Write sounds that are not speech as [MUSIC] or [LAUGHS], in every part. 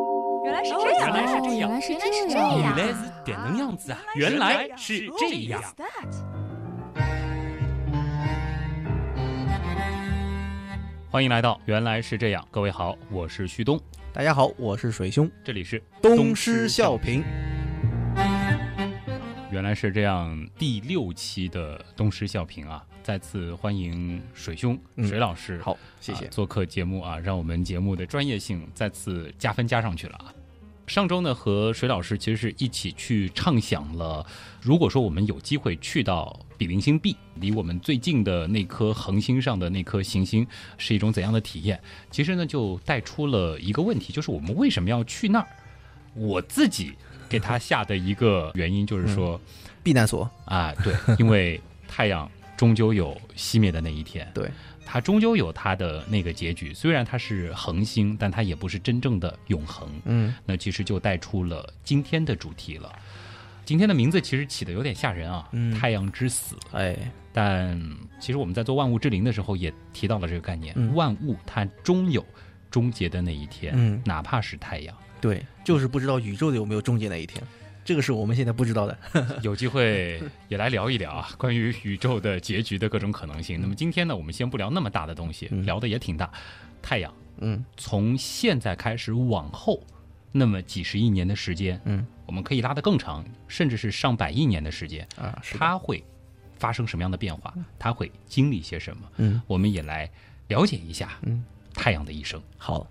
哦是这原来是样，这样原来是原来是这这样原样来是这能样子啊！原原来来是是这这样哦样。欢迎来到《原来是这样》，各位好，我是旭东，大家好，我是水兄。这里是《东施效颦，原来是这样》第六期的东施效颦啊，再次欢迎水兄、嗯水老师，好，谢谢啊。做客节目啊，让我们节目的专业性再次加分加上去了啊。上周呢，和水老师其实是一起去畅想了，如果说我们有机会去到比邻星 B，离我们最近的那颗恒星上的那颗行星是一种怎样的体验？其实呢，就带出了一个问题，就是我们为什么要去那儿？我自己给他下的一个原因就是说，避难所，啊，对，因为太阳终究有熄灭的那一天。对，它终究有它的那个结局。虽然它是恒星，但它也不是真正的永恒。嗯，那其实就带出了今天的主题了。今天的名字其实起的有点吓人啊，嗯太阳之死。哎，但其实我们在做万物之灵的时候也提到了这个概念，嗯万物它终有终结的那一天，嗯哪怕是太阳。对，就是不知道宇宙有没有终结那一天，这个是我们现在不知道的。 [LAUGHS] 有机会也来聊一聊啊， [LAUGHS] 关于宇宙的结局的各种可能性。那么今天呢，我们先不聊那么大的东西，嗯聊的也挺大。太阳嗯从现在开始往后，那么几十亿年的时间，嗯我们可以拉得更长，甚至是上百亿年的时间，啊，是的，它会发生什么样的变化？它会经历些什么？嗯我们也来了解一下嗯，太阳的一生。好，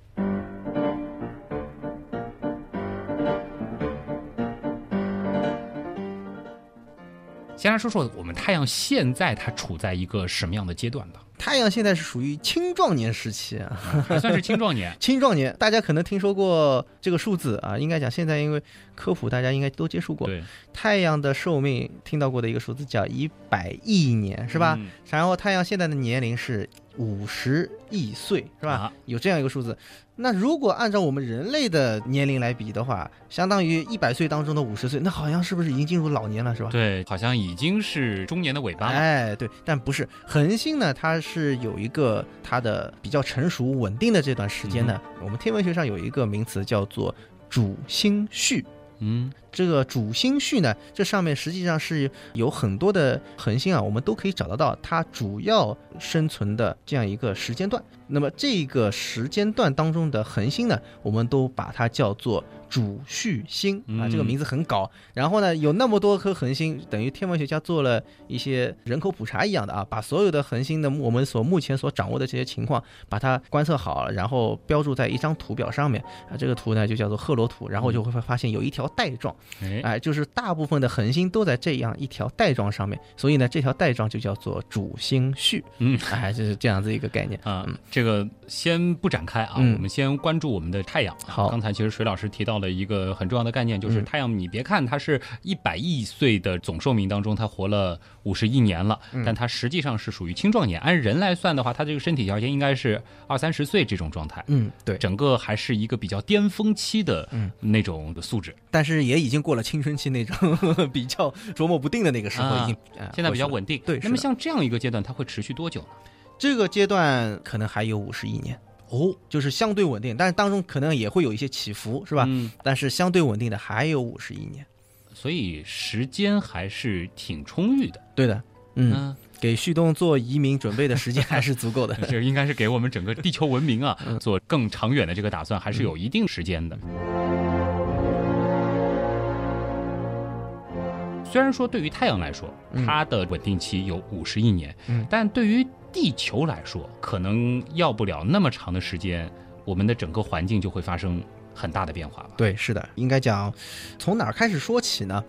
先来说说我们太阳现在它处在一个什么样的阶段吧，太阳现在是属于青壮年时期啊。。还算是青壮年青壮年，大家可能听说过这个数字啊，应该讲现在因为科普，大家应该都接触 [LAUGHS] 过。对，太阳的寿命听到过的一个数字叫一百亿年，是吧？嗯然后太阳现在的年龄是五十亿岁，是吧？啊有这样一个数字。那如果按照我们人类的年龄来比的话，相当于一百岁当中的五十岁，那好像是不是已经进入老年了，是吧？对，好像已经是中年的尾巴了。啊哎，对，但不是恒星呢，它是有一个它的比较成熟稳定的这段时间呢，我们天文学上有一个名词叫做主星序。嗯，这个主星序呢，这上面实际上是有很多的恒星啊，我们都可以找得到它主要生存的这样一个时间段。那么这个时间段当中的恒星呢，我们都把它叫做主序星啊，嗯这个名字很搞。然后呢，有那么多颗恒星，等于天文学家做了一些人口普查一样的啊，把所有的恒星的我们所目前所掌握的这些情况，把它观测好，然后标注在一张图表上面啊，这个图呢就叫做赫罗图，然后就会发现有一条带状。哎，哎，就是大部分的恒星都在这样一条带状上面，所以呢，这条带状就叫做主星序。嗯，哎，就是这样子一个概念。啊、这个先不展开啊，嗯我们先关注我们的太阳。好刚才其实水老师提到了一个很重要的概念，就是嗯太阳。你别看它是一百亿岁的总寿命当中，它活了五十亿年了，嗯但它实际上是属于青壮年。按人来算的话，它这个身体条件应该是二三十岁这种状态。嗯，对，整个还是一个比较巅峰期的嗯那种素质，但是也已经过了青春期那种 [LAUGHS] 比较琢磨不定的那个时候，啊已经、哎现在比较。过去了稳定。对是那么的像这样一个阶段，它会持续多久呢？这个阶段可能还有五十亿年哦，就是相对稳定，但是当中可能也会有一些起伏，是吧？嗯，但是相对稳定的还有五十亿年。所以时间还是挺充裕的。对的，嗯，嗯，给旭东做移民准备的时间还是足够的。这应该是给我们整个地球文明啊嗯做更长远的这个打算，还是有一定时间的。虽然说对于太阳来说，嗯它的稳定期有五十亿年，嗯但对于地球来说，可能要不了那么长的时间，我们的整个环境就会发生很大的变化吧。对，是的，应该讲从哪儿开始说起呢？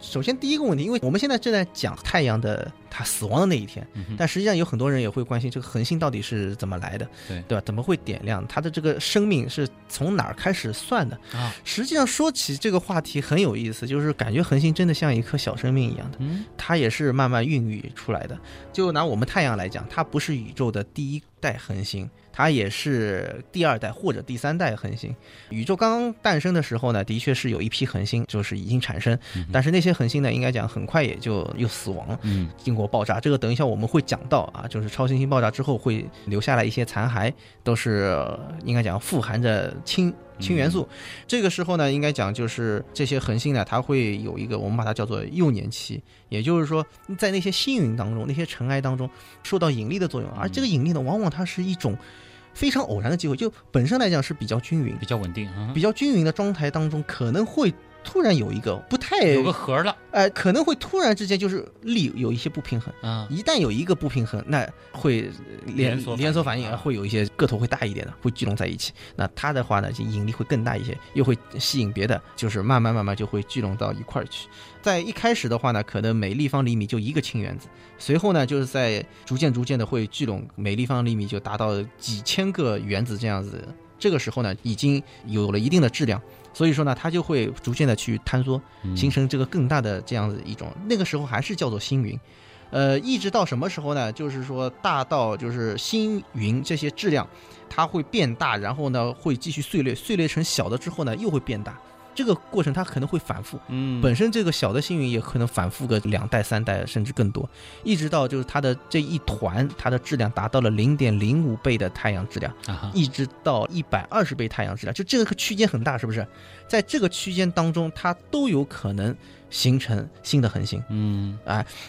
首先第一个问题，因为我们现在正在讲太阳的它死亡的那一天，嗯哼但实际上有很多人也会关心这个恒星到底是怎么来的，对对吧？怎么会点亮？它的这个生命是从哪儿开始算的？啊，实际上说起这个话题很有意思，就是感觉恒星真的像一颗小生命一样的。嗯，它也是慢慢孕育出来的。就拿我们太阳来讲，它不是宇宙的第一代恒星，它也是第二代或者第三代恒星。宇宙刚刚诞生的时候呢，的确是有一批恒星就是已经产生，但是那些恒星呢，应该讲很快也就又死亡了。嗯，经过爆炸，这个等一下我们会讲到啊，就是超新星爆炸之后会留下来一些残骸，都是呃应该讲富含着氢氢元嗯素。这个时候呢，应该讲就是这些恒星呢，它会有一个我们把它叫做幼年期，也就是说，在那些星云当中、那些尘埃当中受到引力的作用，嗯而这个引力呢，往往它是一种非常偶然的机会，就本身来讲是比较均匀、比较稳定啊比，较均匀的状态当中，可能会突然有一个不太有个核了呃，可能会突然之间就是力有一些不平衡。啊，一旦有一个不平衡，那会呃连连锁反应连锁反应啊会有一些个头会大一点的，会聚拢在一起。那它的话呢，就引力会更大一些，又会吸引别的，就是慢慢慢慢就会聚拢到一块儿去。在一开始的话呢，可能每立方厘米就一个氢原子，随后呢，就是在逐渐逐渐的会聚拢，每立方厘米就达到几千个原子这样子。这个时候呢，已经有了一定的质量，所以说呢，它就会逐渐的去坍缩，嗯形成这个更大的这样子一种，那个时候还是叫做星云。呃，一直到什么时候呢？就是说，大到就是星云这些质量，它会变大，然后呢会继续碎裂，碎裂成小的之后呢又会变大，这个过程它可能会反复。嗯本身这个小的星云也可能反复个两代、三代甚至更多，一直到就是它的这一团，它的质量达到了零点零五倍的太阳质量。啊哈一直到一百二十倍太阳质量，就这个区间很大，是不是？在这个区间当中，它都有可能形成新的恒星。嗯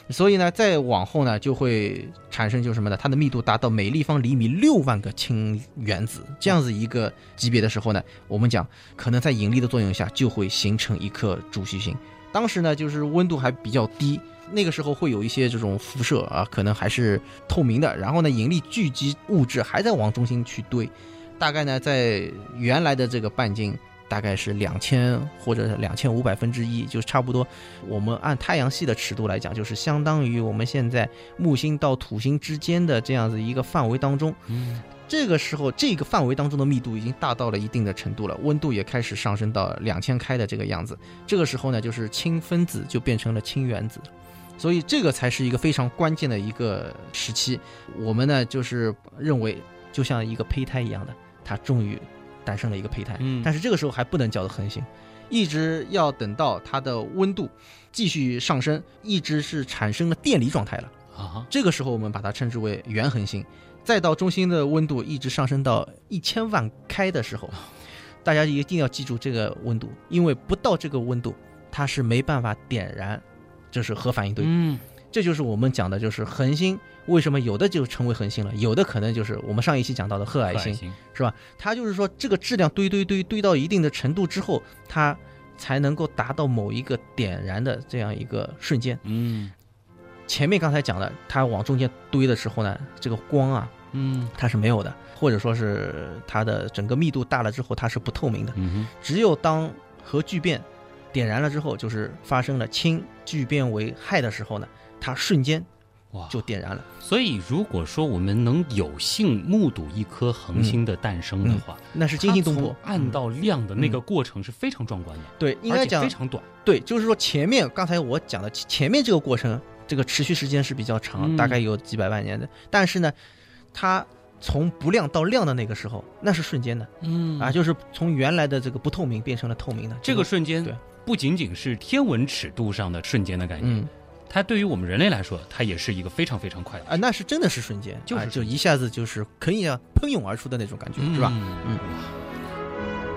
所以呢，再往后呢，就会产生就是什么呢？它的密度达到每立方厘米六万个氢原子这样子一个级别的时候呢，我们讲可能在引力的作用下就会形成一颗主序星。当时呢，就是温度还比较低，那个时候会有一些这种辐射啊，可能还是透明的。然后呢，引力聚集物质还在往中心去堆，大概呢，在原来的这个半径大概是两千或者两千五百分之一，就差不多我们按太阳系的尺度来讲，就是相当于我们现在木星到土星之间的这样子一个范围当中。嗯这个时候，这个范围当中的密度已经大到了一定的程度了，温度也开始上升到两千开的这个样子。这个时候呢，就是氢分子就变成了氢原子，所以这个才是一个非常关键的一个时期。我们呢，就是呃认为就像一个胚胎一样的，它终于诞生了一个胚胎。嗯但是这个时候还不能叫做恒星，一直要等到它的温度继续上升，一直是产生了电离状态了。啊哈这个时候我们把它称之为原恒星。再到中心的温度一直上升到一千万开的时候，大家一定要记住这个温度，因为不到这个温度，它是没办法点燃，这是核反应堆。嗯这就是我们讲的，就是恒星为什么有的就成为恒星了，有的可能就是我们上一期讲到的褐可矮星爱。星它就是说这个质量堆堆堆堆到一定的程度之后，它才能够达到某一个点燃的这样一个瞬间。嗯前面刚才讲的，它往中间堆的时候呢，这个光啊嗯它是没有的，或者说是它的整个密度大了之后它是不透明的。嗯只有当核聚变点燃了之后，就是发生了氢聚变为氦的时候呢，它瞬间哼哇就点燃了。所以，如果说我们能有幸目睹一颗恒星的诞生的话，那嗯是惊心动它魄从，暗到亮的那个过程是非常壮观的，对，应该而且讲非常短。对，就是说前面刚才我讲的前面这个过程，这个持续时间是比较长，嗯大概有几百万年的。但是呢，它从不亮到亮的那个时候，那是瞬间的、嗯啊，就是从原来的这个不透明变成了透明的。这个瞬对间不仅仅是天文尺度上的瞬间的概念，嗯它对于我们人类来说，它也是一个非常非常快的，啊，那是真的是瞬间，就是啊、瞬就间一下子就是可以啊喷涌而出的那种感觉，是吧？嗯嗯，哇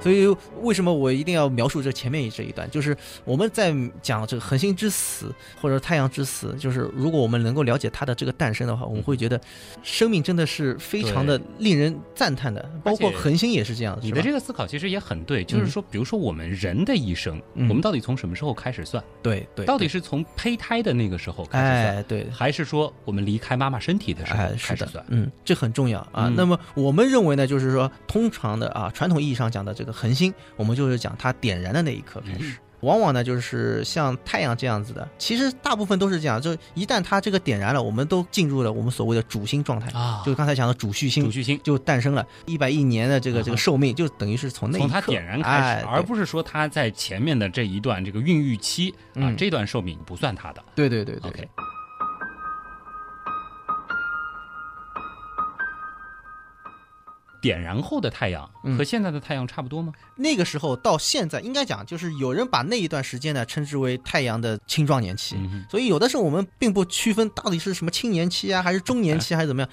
所以为什么我一定要描述这前面这一段？就是我们在讲这个恒星之死或者太阳之死，就是如果我们能够了解它的这个诞生的话，我嗯们会觉得生命真的是非常的令人赞叹的，包括恒星也是这样的。你是的吧这个思考其实也很对，就是说，比如说我们人的一生，嗯我们到底从什么时候开始算？对对，到底对是从胚胎的那个时候开始算，哎对。还是说我们离开妈妈身体的时候哎，开始是的算，？嗯，这很重要啊。嗯那么我们认为呢，就是说，通常的啊，传统意义上讲的这个恒星，我们就是讲它点燃的那一刻开嗯始。往往呢，就是像太阳这样子的，其实大部分都是这样，就一旦它这个点燃了，我们都进入了我们所谓的主星状态，啊，就刚才讲的主序主星巨星。就诞生了，一百亿年的这个这啊哈个寿命，就等于是从那一从它刻点燃开哎始，而对不是说它在前面的这一段这个孕育期啊嗯，这段寿命不算它的。对对对对 OK，点燃后的太阳嗯和现在的太阳差不多吗？那个时候到现在，应该讲就是有人把那一段时间呢称之为太阳的青壮年期。嗯哼，所以有的时候我们并不区分到底是什么青年期啊，还是中年期，还是怎么样。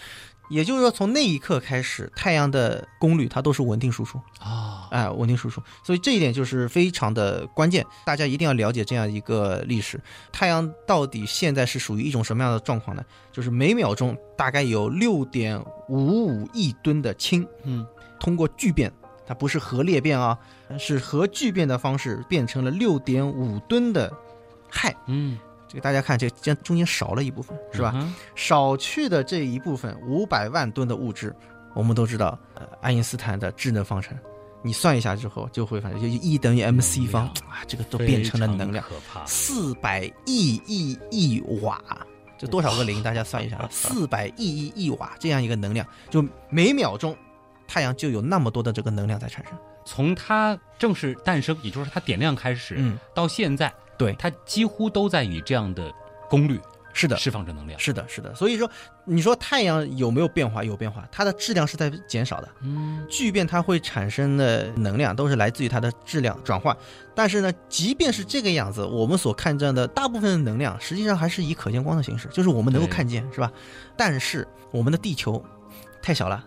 也就是说，从那一刻开始，太阳的功率它都是稳定输出，啊，哎，稳定输出。所以这一点就是非常的关键，大家一定要了解这样一个历史：太阳到底现在是属于一种什么样的状况呢？就是每秒钟大概有六点五五亿吨的氢嗯，通过聚变，它不是核裂变啊，是核聚变的方式变成了六点五吨的氦。嗯，这个大家看，这这中间少了一部分，是吧？嗯哼？少去的这一部分五百万吨的物质，我们都知道，呃，爱因斯坦的质能方程，你算一下之后就会发现，就 E 等于 mc 方能啊，这个都变成了能量，非常可怕。四百亿亿亿瓦，这多少个零？大家算 [LAUGHS] 一下，啊四百亿亿亿瓦这样一个能量，就每秒钟，太阳就有那么多的这个能量在产生。从它正式诞生，也就是它点亮开始，嗯，到现在，对它几乎都在以这样的功率是的，释放着能量。是的，是的。所以说，你说太阳有没有变化？有变化，它的质量是在减少的。嗯，聚变它会产生的能量都是来自于它的质量转换，但是呢，即便是这个样子，我们所看见的大部分的能量，实际上还是以可见光的形式，就是我们能够对看见，是吧？但是我们的地球太小 [LAUGHS] 了，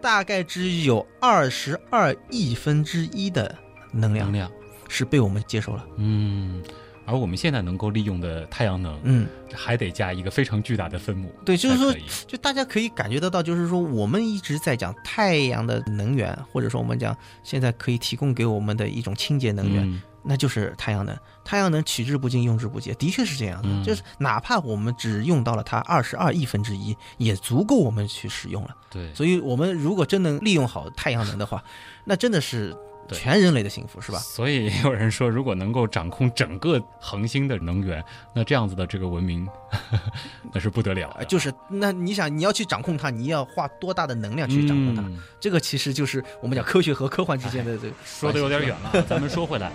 大概只有二十二亿分之一的能能量量，是被我们接收了。嗯。而我们现在能够利用的太阳能，嗯，还得加一个非常巨大的分母，对，就是说才可以就大家可以感觉得到，就是说我们一直在讲太阳的能源，或者说我们讲现在可以提供给我们的一种清洁能源。嗯那就是太阳能。太阳能取之不尽，用之不竭，的确是这样的。嗯就是哪怕我们只用到了它二十二亿分之一，也足够我们去使用了。对，所以，我们如果真能利用好太阳能的话，那真的是对全人类的幸福，是吧？所以也有人说，如果能够掌控整个恒星的能源，那这样子的这个文明， [LAUGHS] 那是不得了呃的，就是那你想，你要去掌控它，你要花多大的能量去掌控它？嗯哎这个其实就是我们讲科学和科幻之间的这个说的有点远了， [LAUGHS] 咱们说回来。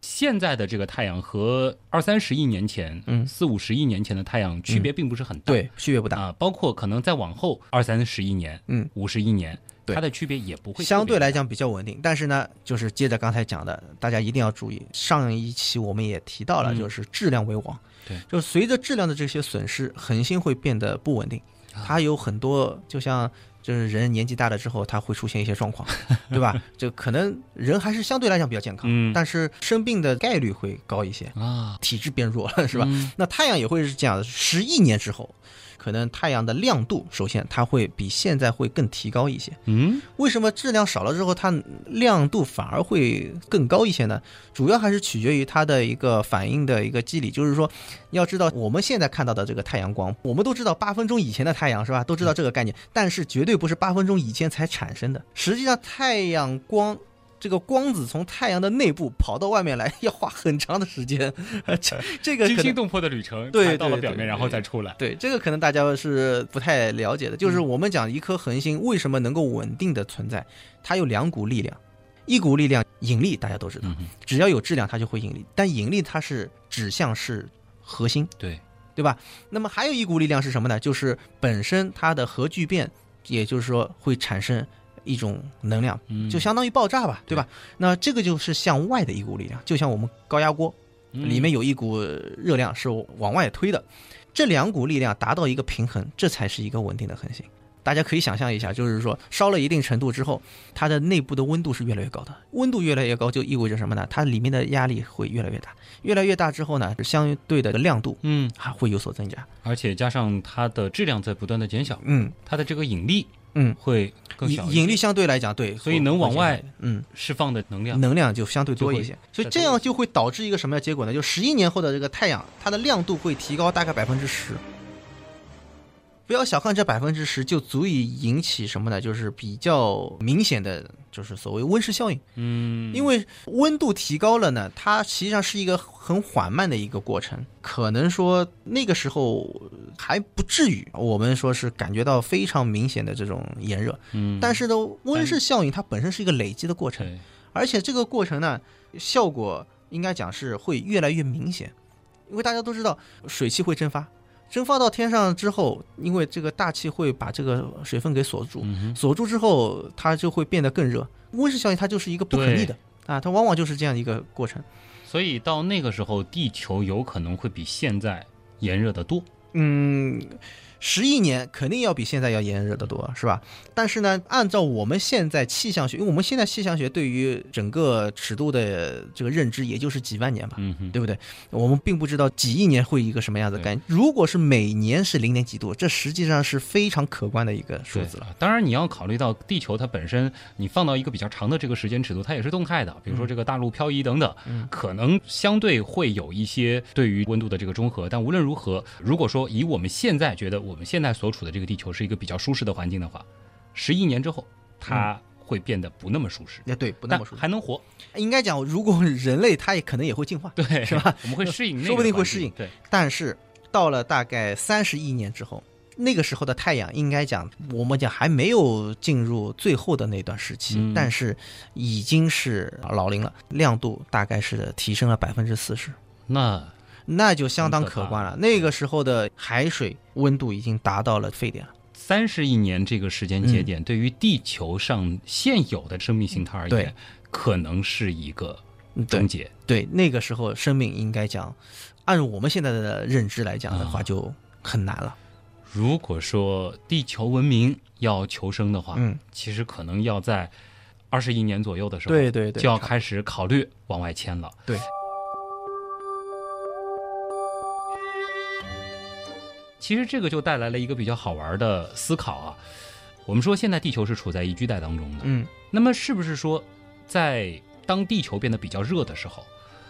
现在的这个太阳和二三十亿年前、嗯四五十亿年前的太阳区别并不是很大，对区别不大。啊，包括可能再往后二三十亿年、嗯，五十亿年，对它的区别也不会相对来讲，讲比较稳定，但是呢，就是接着刚才讲的，大家一定要注意。上一期我们也提到了，嗯就是质量为王，对就是随着质量的这些损失，恒星会变得不稳定，啊它有很多就像。就是人年纪大了之后，它会出现一些状况，对吧？就可能人还是相对来讲比较健康，嗯但是生病的概率会高一些，啊，体质变弱了，是吧？嗯那太阳也会是这样的，十亿年之后，可能太阳的亮度，首先它会比现在会更提高一些，嗯，为什么质量少了之后，它亮度反而会更高一些呢？主要还是取决于它的一个反应的一个机理，就是说，要知道我们现在看到的这个太阳光，我们都知道八分钟以前的太阳是吧？都知道这个概念，但是绝对不是八分钟以前才产生的。实际上，太阳光。这个光子从太阳的内部跑到外面来，要花很长的时间，这这个可惊能心动魄的旅程，对才到了对表对面，然对后再出来，对，这个可能大家是不太了解的，就是嗯我们讲一颗恒星为什么能够稳定的存在，它有两股力量，一股力量引力大家都知道，嗯哼，只要有质量它就会引力，但引力它是指向是核心，对，对吧？那么还有一股力量是什么呢？就是本身它的核聚变，也就是说会产生一种能量，嗯就相当于爆炸吧，对吧？那这个就是向外的一股力量，就像我们高压锅，嗯里面有一股热量是往外推的，这两股力量达到一个平衡，这才是一个稳定的恒星。大家可以想象一下，就是说烧了一定程度之后，它的内部的温度是越来越高的，温度越来越高就意味着什么呢？它里面的压力会越来越大，越来越大之后呢，相对的亮度嗯，还会有所增加。而且加上它的质量在不断的减小，嗯，它的这个引力，嗯会更小引一些引力相对来讲对，所以能往外会减少，嗯，释放的能量，能量就相对多一些，就会所以这样就会导致一个什么样的结果呢？就十一年后的这个太阳，它的亮度会提高大概百分之十。不要小看这百分之十，就足以引起什么呢？就是比较明显的，就是所谓温室效应。嗯，因为温度提高了呢，它实际上是一个很缓慢的一个过程，可能说那个时候还不至于我们说是感觉到非常明显的这种炎热，嗯，但是呢，温室效应它本身是一个累积的过程。对而且这个过程呢，效果应该讲是会越来越明显。因为大家都知道水汽会蒸发，蒸发到天上之后，因为这个大气会把这个水分给锁住，嗯锁住之后它就会变得更热。温室效应它就是一个不可逆的啊，它往往就是这样一个过程。哼，所以到那个时候，地球有可能会比现在炎热的多。嗯，十亿年肯定要比现在要炎热得多，是吧？但是呢，按照我们现在气象学，因为我们现在气象学对于整个尺度的这个认知，也就是几万年吧，嗯哼，对不对？我们并不知道几亿年会一个什么样子的概念。如果是每年是零点几度，这实际上是非常可观的一个数对字了。啊当然你要考虑到地球它本身，你放到一个比较长的这个时间尺度，它也是动态的，比如说这个大陆漂移等等，嗯可能相对会有一些对于温度的这个中和。但无论如何，如果说以我们现在觉得我们现在所处的这个地球是一个比较舒适的环境的话，十亿年之后它会变得不那么舒适，也哎对，嗯不不那么舒服。还 [LAUGHS] 能活，应该讲，如果人类它也可能也会进化，对，是吧？我们会适 [LAUGHS] 应那个环境，说不定会适应对，但是到了大概三十亿年之后，那个时候的太阳，应该讲我们讲还没有进入最后的那段时期，嗯但是已经是老龄了，亮度大概是提升了百分之四十，那那就相当可观了。那个时候的海水温度已经达到了沸点了。三十亿年这个时间嗯节点，对于地球上现有的生命形态而对言，可能是一个嗯终对结。对，那个时候生命应该讲，按我们现在的认知来讲的话，啊就很难了。如果说地球文明要求生的话，嗯，其实可能要在二十亿年左右的时候，对对对，就要差不多开始考虑往外迁了。对。其实这个就带来了一个比较好玩的思考啊。我们说现在地球是处在宜居带当中的，嗯。那么是不是说，在当地球变得比较热的时候，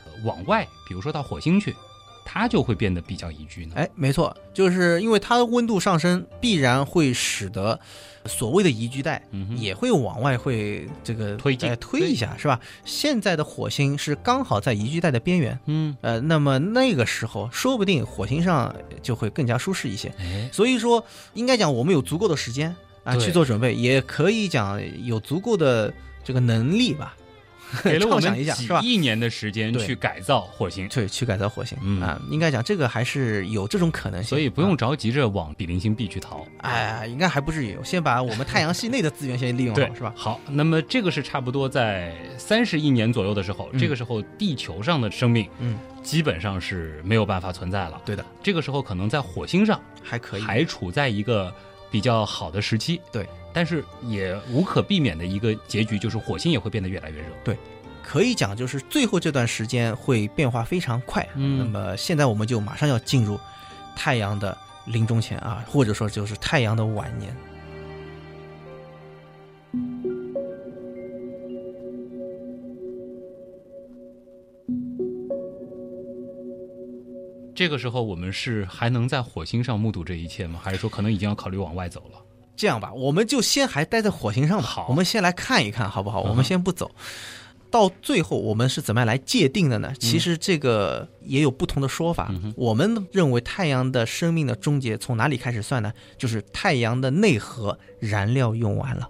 呃往外，比如说到火星去，它就会变得比较宜居呢？哎，没错，就是因为它的温度上升，必然会使得所谓的宜居带嗯哼，呃也会往外会这个推进哎推一下，是吧？现在的火星是刚好在宜居带的边缘，嗯，呃，那么那个时候说不定火星上就会更加舒适一些。哎，所以说，应该讲我们有足够的时间啊对去做准备，也可以讲有足够的这个能力吧， [LAUGHS] 给了我畅想们一下几是吧？亿年的时间对去改造火星，对，去改造火星、嗯啊，应该讲这个还是有这种可能性，啊所以不用着急着往比邻星 B 去逃。哎，应该还不至于。先把我们太阳系内的资源先利 [LAUGHS] 用对好，，是吧？好，那么这个是差不多在三十亿年左右的时候，嗯这个时候地球上的生命嗯，基本上是没有办法存在了。对的，这个时候可能在火星上还可以。还处在一个比较好的时期，对，但是也无可避免的一个结局就是火星也会变得越来越热。可以讲就是最后这段时间会变化非常快。嗯那么现在我们就马上要进入太阳的临终前啊，或者说就是太阳的晚年。这个时候我们是还能在火星上目睹这一切吗？还是说可能已经要考虑往外走了？这样吧，我们就先还待在火星上吧。好我们先来看一看，好不好？嗯哼我们先不走。到最后，我们是怎么样来界定的呢？其实这个也有不同的说法。嗯嗯哼我们认为太阳的生命的终结从哪里开始算呢？就是太阳的内核燃料用完了。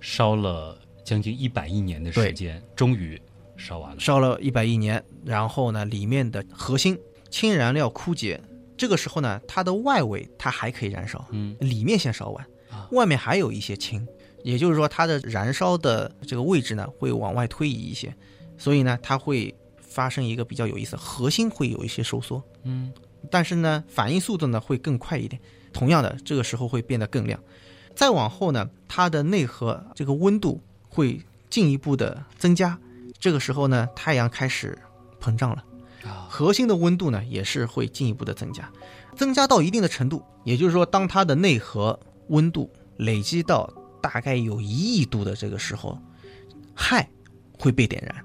烧了将近一百亿年的时间，终于烧完了。烧了一百亿年，然后呢，里面的核心氢燃料枯竭，这个时候呢，它的外围它还可以燃烧，嗯，里面先烧完啊，外面还有一些氢，也就是说它的燃烧的这个位置呢会往外推移一些，所以呢，它会发生一个比较有意思，核心会有一些收缩，嗯，但是呢，反应速度呢会更快一点。同样的，这个时候会变得更亮。再往后呢，它的内核这个温度会进一步的增加，这个时候呢，太阳开始膨胀了，啊，核心的温度呢也是会进一步的增加，增加到一定的程度，也就是说，当它的内核温度累积到大概有一亿度的这个时候，氦会被点燃，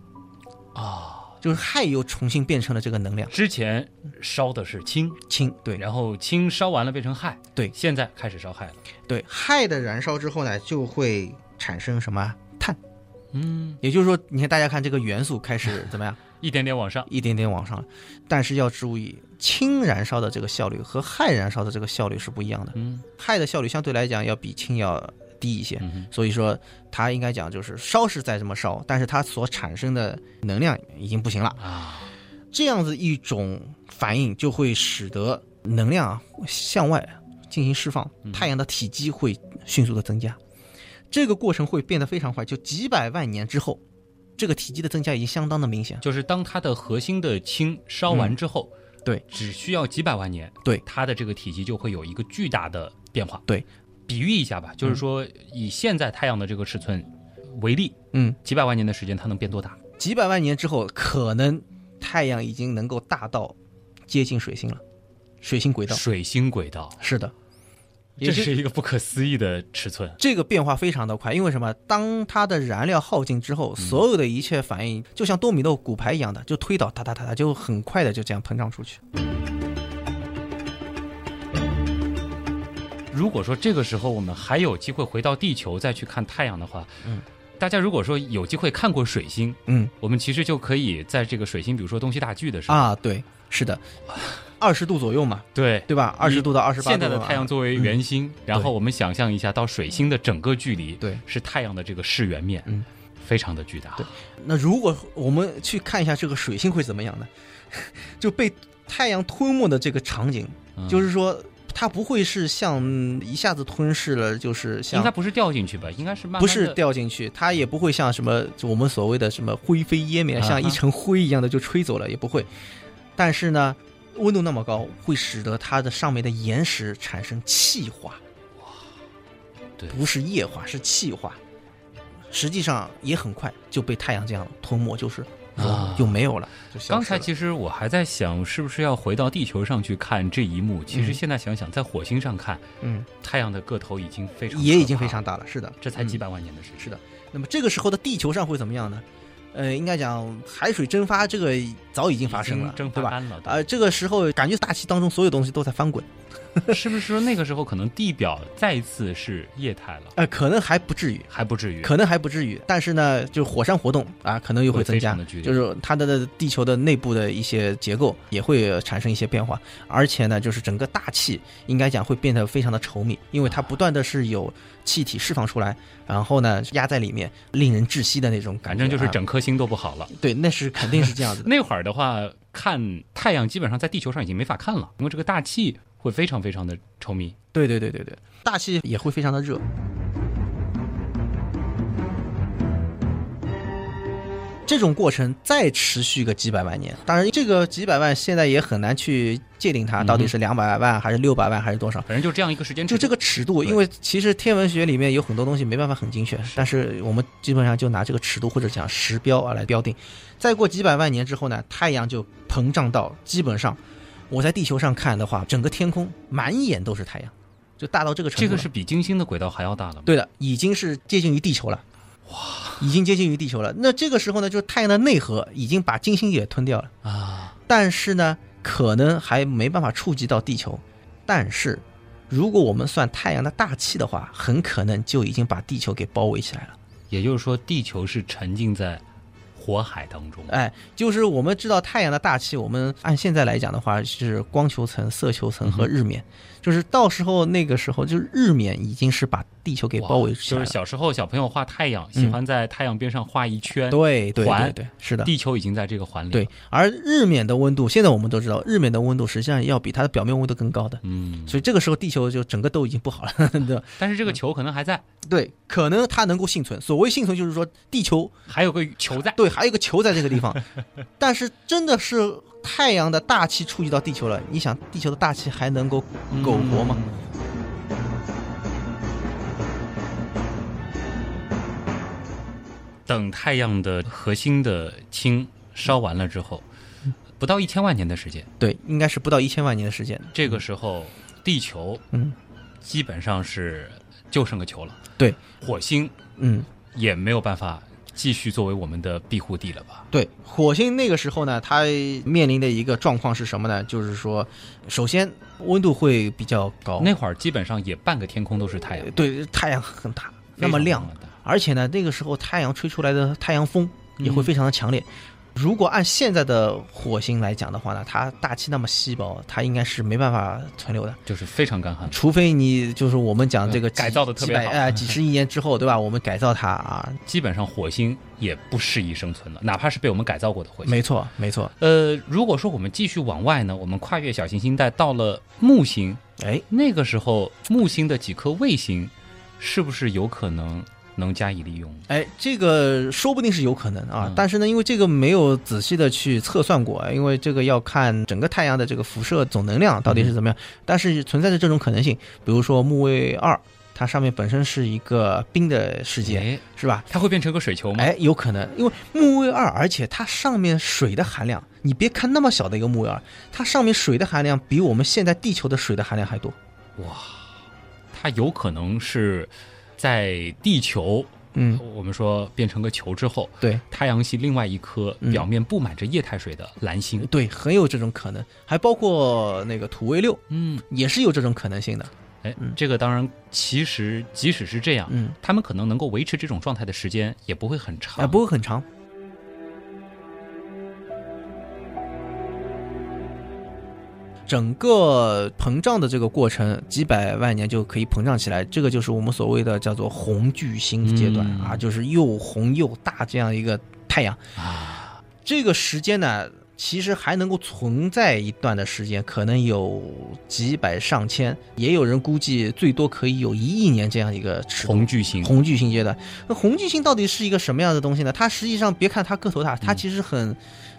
啊。就是氦又重新变成了这个能量之前烧的是氢，氢，对，然后氢烧完了变成氦，对现在开始烧氦了。对，氦的燃烧之后呢，就会产生什么碳？嗯，也就是说，你看大家看这个元素开始怎么样，一点点往上。一点点往上，但是要注意，氢燃烧的这个效率和氦燃烧的这个效率是不一样的。嗯氦的效率相对来讲要比氢要低一些，嗯哼，所以说它应该讲就是烧是在这么烧，但是它所产生的能量已经不行了。啊，这样子一种反应就会使得能量啊向外进行释放，太阳的体积会迅速的增加，这个过程会变得非常快，就几百万年之后，这个体积的增加已经相当的明显。就是当它的核心的氢烧完之后，嗯对，只需要几百万年，对它的这个体积就会有一个巨大的变化。对，嗯比喻一下吧，就是说以现在太阳的这个尺寸为例，嗯，几百万年的时间它能变多大？几百万年之后，可能太阳已经能够大到接近水星了，水星轨道。水星轨道，是的，也这是一个不可思议的尺寸。这个变化非常的快，因为什么？当它的燃料耗尽之嗯后，所有的一切反应就像多米诺骨牌一样的，就推倒，哒哒哒哒，就很快的就这样膨胀出去。如果说这个时候我们还有机会回到地球再去看太阳的话，嗯，大家如果说有机会看过水星，嗯我们其实就可以在这个水星，比如说东西大距的时候，啊，对，是的，二十度左右嘛，对。对吧？二十度到二十八度。啊现在的太阳，作为圆心，然后我们想象一下到水星的整个距离，对，是太阳的这个视圆面，嗯，非常的巨大，对那如果我们去看一下这个水星会怎么样呢？ [LAUGHS] 就被太阳吞没的这个场景，嗯就是说它不会是像一下子吞噬了，就是应像该不是掉进去吧？应该是慢慢不是地掉进去，它也不会像什么就我们所谓的什么灰飞烟灭，啊哈像一层灰一样的就吹走了，也不会。但是呢，温度那么高，会使得它的上面的岩石产生气化。哇，对不是液化，是气化。实际上也很快就被太阳这样吞没，就是啊就没有了。就消失了刚才其实我还在想，是不是要回到地球上去看这一幕？其实嗯现在想想，在火星上看，嗯太阳的个头已经非常也已可经怕非常大了，是的，这才嗯几百万年的事情。是的，那么这个时候的地球上会怎么样呢？呃，应该讲海水蒸发这个早已经发生已了经，蒸对发吧？干了，呃，这个时候感觉大气当中所有东西都在翻滚，对是不是说那个时候可能地表再次是液态了？呃，可能还不至于，还不至于，可能还不至于，但是呢，就是火山活动啊，可能又会增非加常地剧，烈就是它的地球的内部的一些结构也会产生一些变化，而且呢，就是整个大气应该讲会变得非常的稠密，因为它不断的是有气体释放出来，然后呢压在里面，令人窒息的那种感反觉，正就是啊整颗星都不好了。对，那是肯定是这样子的。那会儿的话，看太阳基本上在地球上已经没法看了，因为这个大气会非常非常的稠密。对对对对对，大气也会非常的热。这种过程再持续个几百万年，当然这个几百万现在也很难去界定它到底是两百万还是六百万还是多少。反正就这样一个时间就尺这度，个尺度，对因为其实天文学里面有很多东西没办法很精确，但是我们基本上就拿这个尺度或者讲时标啊来标定。再过几百万年之后呢，太阳就膨胀到基本上，我在地球上看的话，整个天空满眼都是太阳，就大到这个程度这了。个是比金星的轨道还要大了吗。对的，已经是接近于地球了。哇，已经接近于地球了。那这个时候呢，就是太阳的内核已经把金星也吞掉了，啊，但是呢，可能还没办法触及到地球。但是，如果我们算太阳的大气的话，很可能就已经把地球给包围起来了。也就是说，地球是沉浸在火海当中。哎，就是我们知道太阳的大气，我们按现在来讲的话是光球层、色球层和日嗯冕，就是到时候那个时候，就是日冕已经是把地球给包围哇起就是来了。嗯小时候小朋友画太阳，喜欢在太阳边上画一圈，对对对环对，是的。地球已经在这个环里。对，，而日冕的温度，现在我们都知道，日冕的温度实际上要比它的表面温度更高的，嗯，所以这个时候地球就整个都已经不好了。对但是这个嗯球可能还在，对，可能它能够幸存。所谓幸存，就是说地球还有个球在。对，还有一个球在这个地方，但是真的是太阳的大气触及到地球了，你想地球的大气还能够苟活吗？等太阳的核心的氢烧完了之后，不到一千万年的时间，对，应该是不到一千万年的时间。这个时候地球嗯基本上是就剩个球了。对，火星嗯，也没有办法继续作为我们的庇护地了吧？对，火星那个时候呢，它面临的一个状况是什么呢？就是说，首先温度会比较高，那会儿基本上也半个天空都是太阳，哦对太阳很大，那么非亮常。的大嗯而且呢，那个时候太阳吹出来的太阳风也会非常的强烈。如果按现在的火星来讲的话呢，它大气那么稀薄，它应该是没办法存留的，就是非常干旱。除非你就是我们讲这个呃几改造得特别几好百哎几十亿年之后，对吧？我们改造它 [LAUGHS] 啊，基本上火星也不适宜生存了，哪怕是被我们改造过的火星。没错没错，呃，如果说我们继续往外呢，我们跨越小行星带到了木星，哎，那个时候木星的几颗卫星，是不是有可能能加以利用？哎，这个说不定是有可能啊，嗯但是呢，因为这个没有仔细的去测算过，哎因为这个要看整个太阳的这个辐射总能量到底是怎么样，嗯但是存在着这种可能性，比如说木卫二，它上面本身是一个冰的世界，哎，是吧？它会变成个水球吗？哎，有可能，因为木卫二，而且它上面水的含量，你别看那么小的一个木卫二，它上面水的含量比我们现在地球的水的含量还多。它有可能是在地球，嗯，我们说变成个球之后，对太阳系另外一颗嗯表面布满着液态水的蓝星。对，很有这种可能，还包括那个土卫六嗯，也是有这种可能性的。哎嗯，这个当然，其实即使是这样，嗯。他们可能能够维持这种状态的时间也不会很长。哎，不会很长。整个膨胀的这个过程，几百万年就可以膨胀起来，这个就是我们所谓的叫做红巨星阶段、嗯啊，就是又红又大这样一个太阳。啊，这个时间呢，其实还能够存在一段的时间，可能有几百上千，也有人估计最多可以有一亿年这样一个尺度。红巨星，红巨星阶段。那红巨星到底是一个什么样的东西呢？它实际上别看它个头大，它其实很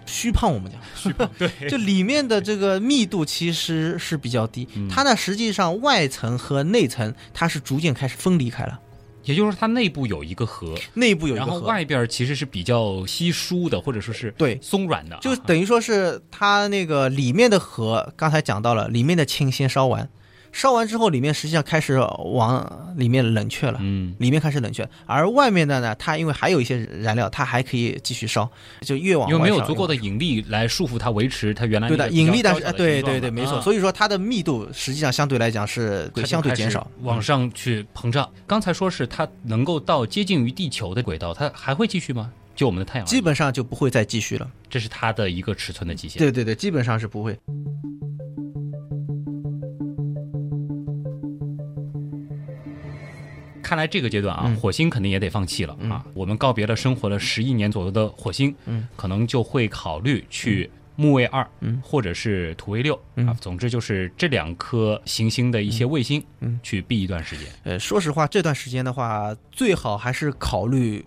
虚胖。我们讲虚胖，嗯对， [LAUGHS] 就里面的这个密度其实是比较低嗯。它呢，实际上外层和内层它是逐渐开始分离开了，也就是说它内部有一个核，内部有一个然后核。外边其实是比较稀疏的，或者说是对松软的啊，就等于说是它那个里面的核，刚才讲到了，里面的氢先烧完，烧完之后，里面实际上开始往里面冷却了。嗯，里面开始冷却，而外面的呢，它因为还有一些燃料，它还可以继续烧，就越往因为没有外烧足够的越往引力来束缚它，维持它原来对那的个比较引力，但是娇小哎的对形状对对，的没错，啊所以说它的密度实际上相对来讲是它就相对开始减少，往上去膨胀。刚才说是它能够到接近于地球的轨道，它还会继续吗？就我们的太阳而基言，本上就不会再继续了。这是它的一个尺寸的极限。对对对，基本上是不会。看来这个阶段啊，嗯火星肯定也得放弃了啊。我们告别了生活了十亿年左右的火星，嗯，可能就会考虑去木卫二，嗯或者是土卫六、嗯啊。总之就是这两颗行星的一些卫星，嗯嗯去避一段时间，呃，说实话，这段时间的话，最好还是考虑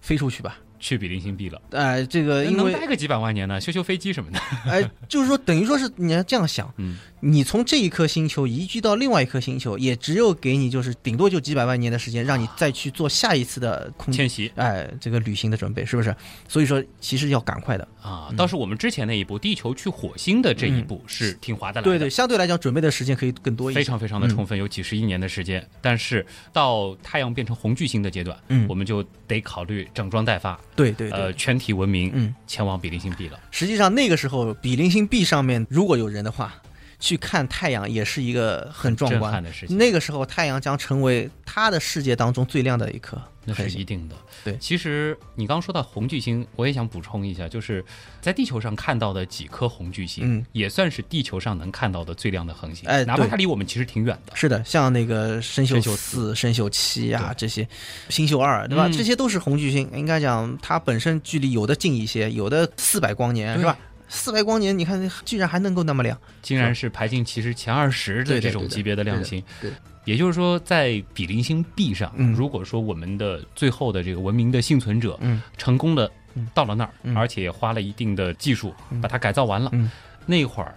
飞出去吧。去比邻星避了，呃，这个因能为待个几百万年呢，修修飞机什么的。哎，就是说，等于说是你要这样想，嗯，你从这一颗星球移居到另外一颗星球，也只有给你就是顶多就几百万年的时间，让你再去做下一次的空间，迁徙哎，这个旅行的准备，是不是？所以说，其实要赶快的。啊，倒是我们之前那一步，地球去火星的这一步是挺划得来的，嗯对对，嗯相对来讲，准备的时间可以更多一些。非常非常的充分，有几十亿年的时间。但是到太阳变成红巨星的阶段，嗯我们就得考虑整装待发，对对对，呃，全体文明嗯，前往比邻星 B 了。实际上那个时候，比邻星 B 上面如果有人的话，去看太阳也是一个很壮震撼观的事情，那个时候，太阳将成为他的世界当中最亮的一颗那恒是一星。定的。对其实你刚说到红巨星，我也想补充一下，就是在地球上看到的几颗红巨星，嗯也算是地球上能看到的最亮的恒星。哎哪怕对它离我们其实挺远的。是的，像那个生生锈锈四、生锈七啊，这些星宿二，对吧？嗯这些都是红巨星，应该讲它本身距离有的近一些，有的四百光年，是吧？四百光年，你看居然还能够那么亮，竟然是排进其实前二十对的的这种级别的亮星。对的对的也就是说，在比邻星 B 上，嗯如果说我们的最后的这个文明的幸存者嗯成功的嗯到了那儿，嗯而且花了一定的技术嗯把它改造完了，嗯那会儿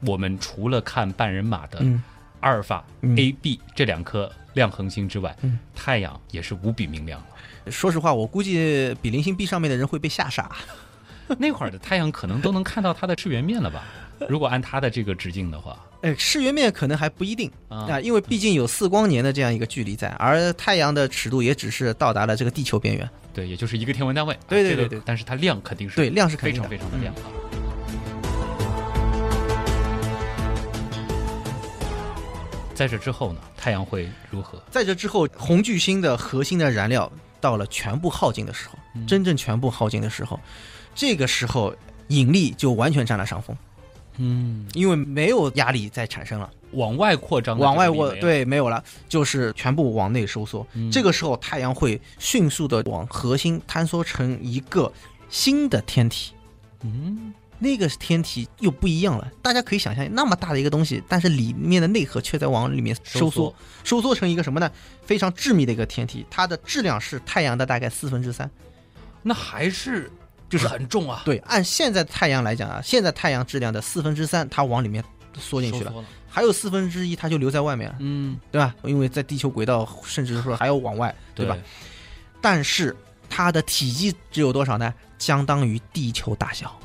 我们除了看半人马的嗯。阿尔法、嗯 A、B 这两颗亮恒星之外，嗯太阳也是无比明亮了。 [LAUGHS] 说实话，我估计比邻星 B 上面的人会被吓傻。那会儿的太阳可能都能看到它的赤圆面了吧？如果按它的这个直径的话，呃，世圆面可能还不一定啊啊、因为毕竟有四光年的这样一个距离在，而太阳的尺度也只是到达了这个地球边缘。对，也就是一个天文单位。啊对对这个对对对但是它亮肯定是对，量是肯非定常的。非常的亮啊。在这之后呢，太阳会如何？在这之后，红嗯巨星的核心的燃料到了全部耗尽的时候，真正全部耗尽的时候，这个时候引力就完全占了上风，嗯，因为没有压力再产生了，往外扩张的往外这个力我没了，对没有了，就是全部往内收缩。嗯这个时候太阳会迅速的往核心坍缩成一个新的天体，嗯那个天体又不一样了。大家可以想象那么大的一个东西，但是里面的内核却在往里面收收缩，收缩成一个什么呢？非常致密的一个天体，它的质量是太阳的大概四分之三。那还是就是很重啊，对，按现在太阳来讲啊，现在太阳质量的四分之三，它往里面缩进去收了，缩了，还有四分之一它就留在外面了，嗯，对吧？因为在地球轨道，甚至说还要往外，对吧？？但是它的体积只有多少呢？相当于地球大小。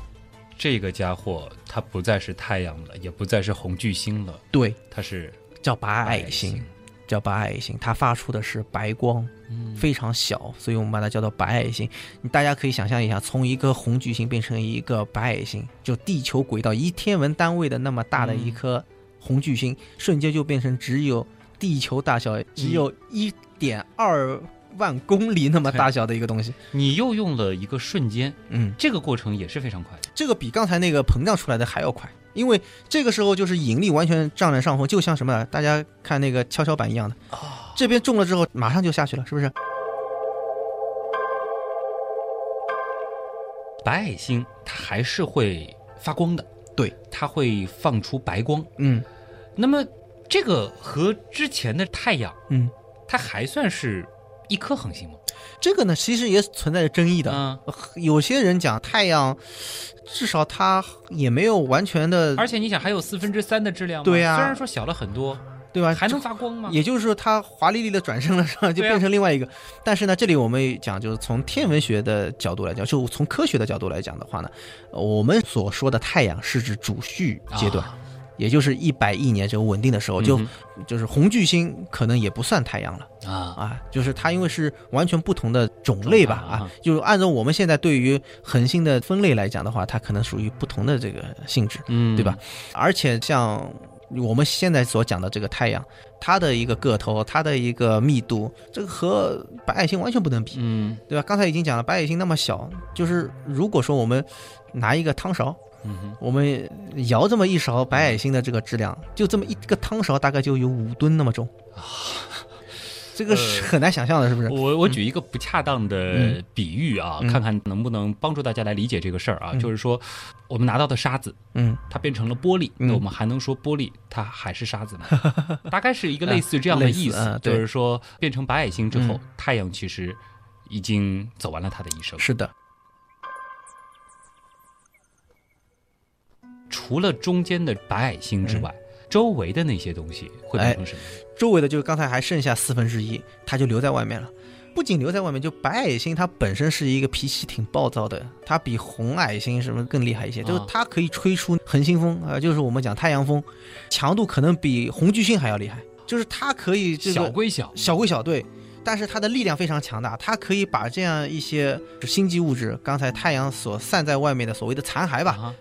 这个家伙它不再是太阳了，也不再是红巨星了，对，它是叫八矮矮星，，叫八矮星，它发出的是白光，嗯，非常小，所以我们把它叫做白矮星。你大家可以想象一下，从一颗红巨星变成一个白矮星，就地球轨道一天文单位的那么大的一颗红巨星，瞬间就变成只有地球大小，只有一点二万公里那么大小的一个东西。你又用了一个瞬间，嗯，这个过程也是非常快的，这个比刚才那个膨胀出来的还要快，因为这个时候就是引力完全占了上风，就像什么呢？大家看那个跷跷板一样的，这边中了之后马上就下去了，是不是？白矮星它还是会发光的，对，它会放出白光。嗯那么这个和之前的太阳，嗯，它还算是一颗恒星吗？这个呢其实也存在着争议的。嗯，有些人讲太阳，至少它也没有完全的，而且你想，还有四分之三的质量吗？对呀虽然说小了很多，对吧？还能发光吗？也就是说，它华丽丽的转身了，是吧？就对啊变成另外一个。但是呢，这里我们讲，就是从天文学的角度来讲，就从科学的角度来讲的话呢，呃我们所说的太阳是指主序阶段，啊也就是一百亿年这个稳定的时候，就、嗯就是红巨星可能也不算太阳了。哼啊，啊，就是它因为是完全不同的种类吧种类啊啊，就是按照我们现在对于恒星的分类来讲的话，它可能属于不同的这个性质，嗯对吧？？而且像我们现在所讲的这个太阳，它的一个个头，它的一个密度，这个和白矮星完全不能比，嗯对吧？刚才已经讲了，白矮星那么小，就是如果说我们拿一个汤勺，嗯哼，我们舀这么一勺白矮星的这个质量，就这么一个汤勺，大概就有五吨那么重这个是啊呃很难想象的，是不是？我我举一个不恰当的比喻啊，嗯看看能不能帮助大家来理解这个事儿啊。嗯就是说，我们拿到的沙子，嗯，它变成了玻璃，嗯那我们还能说玻璃它还是沙子吗？ [LAUGHS] 大概是一个类似这样的意思，啊类似啊就对是说变成白矮星之后，嗯太阳其实已经走完了它的一生。是的，除了中间的白矮星之哎外，周围的那些东西会变成什么？周围的就是刚才还剩下四分之一，它就留在外面了。不仅留在外面，就白矮星它本身是一个脾气挺暴躁的，它比红矮星什么更厉害一些，啊就是它可以吹出恒星风啊、呃就是我们讲太阳风，强度可能比红巨星还要厉害，就是它可以这小个归小，小归小对，但是它的力量非常强大，它可以把这样一些星际物质，刚才太阳所散在外面的所谓的残骸吧，啊，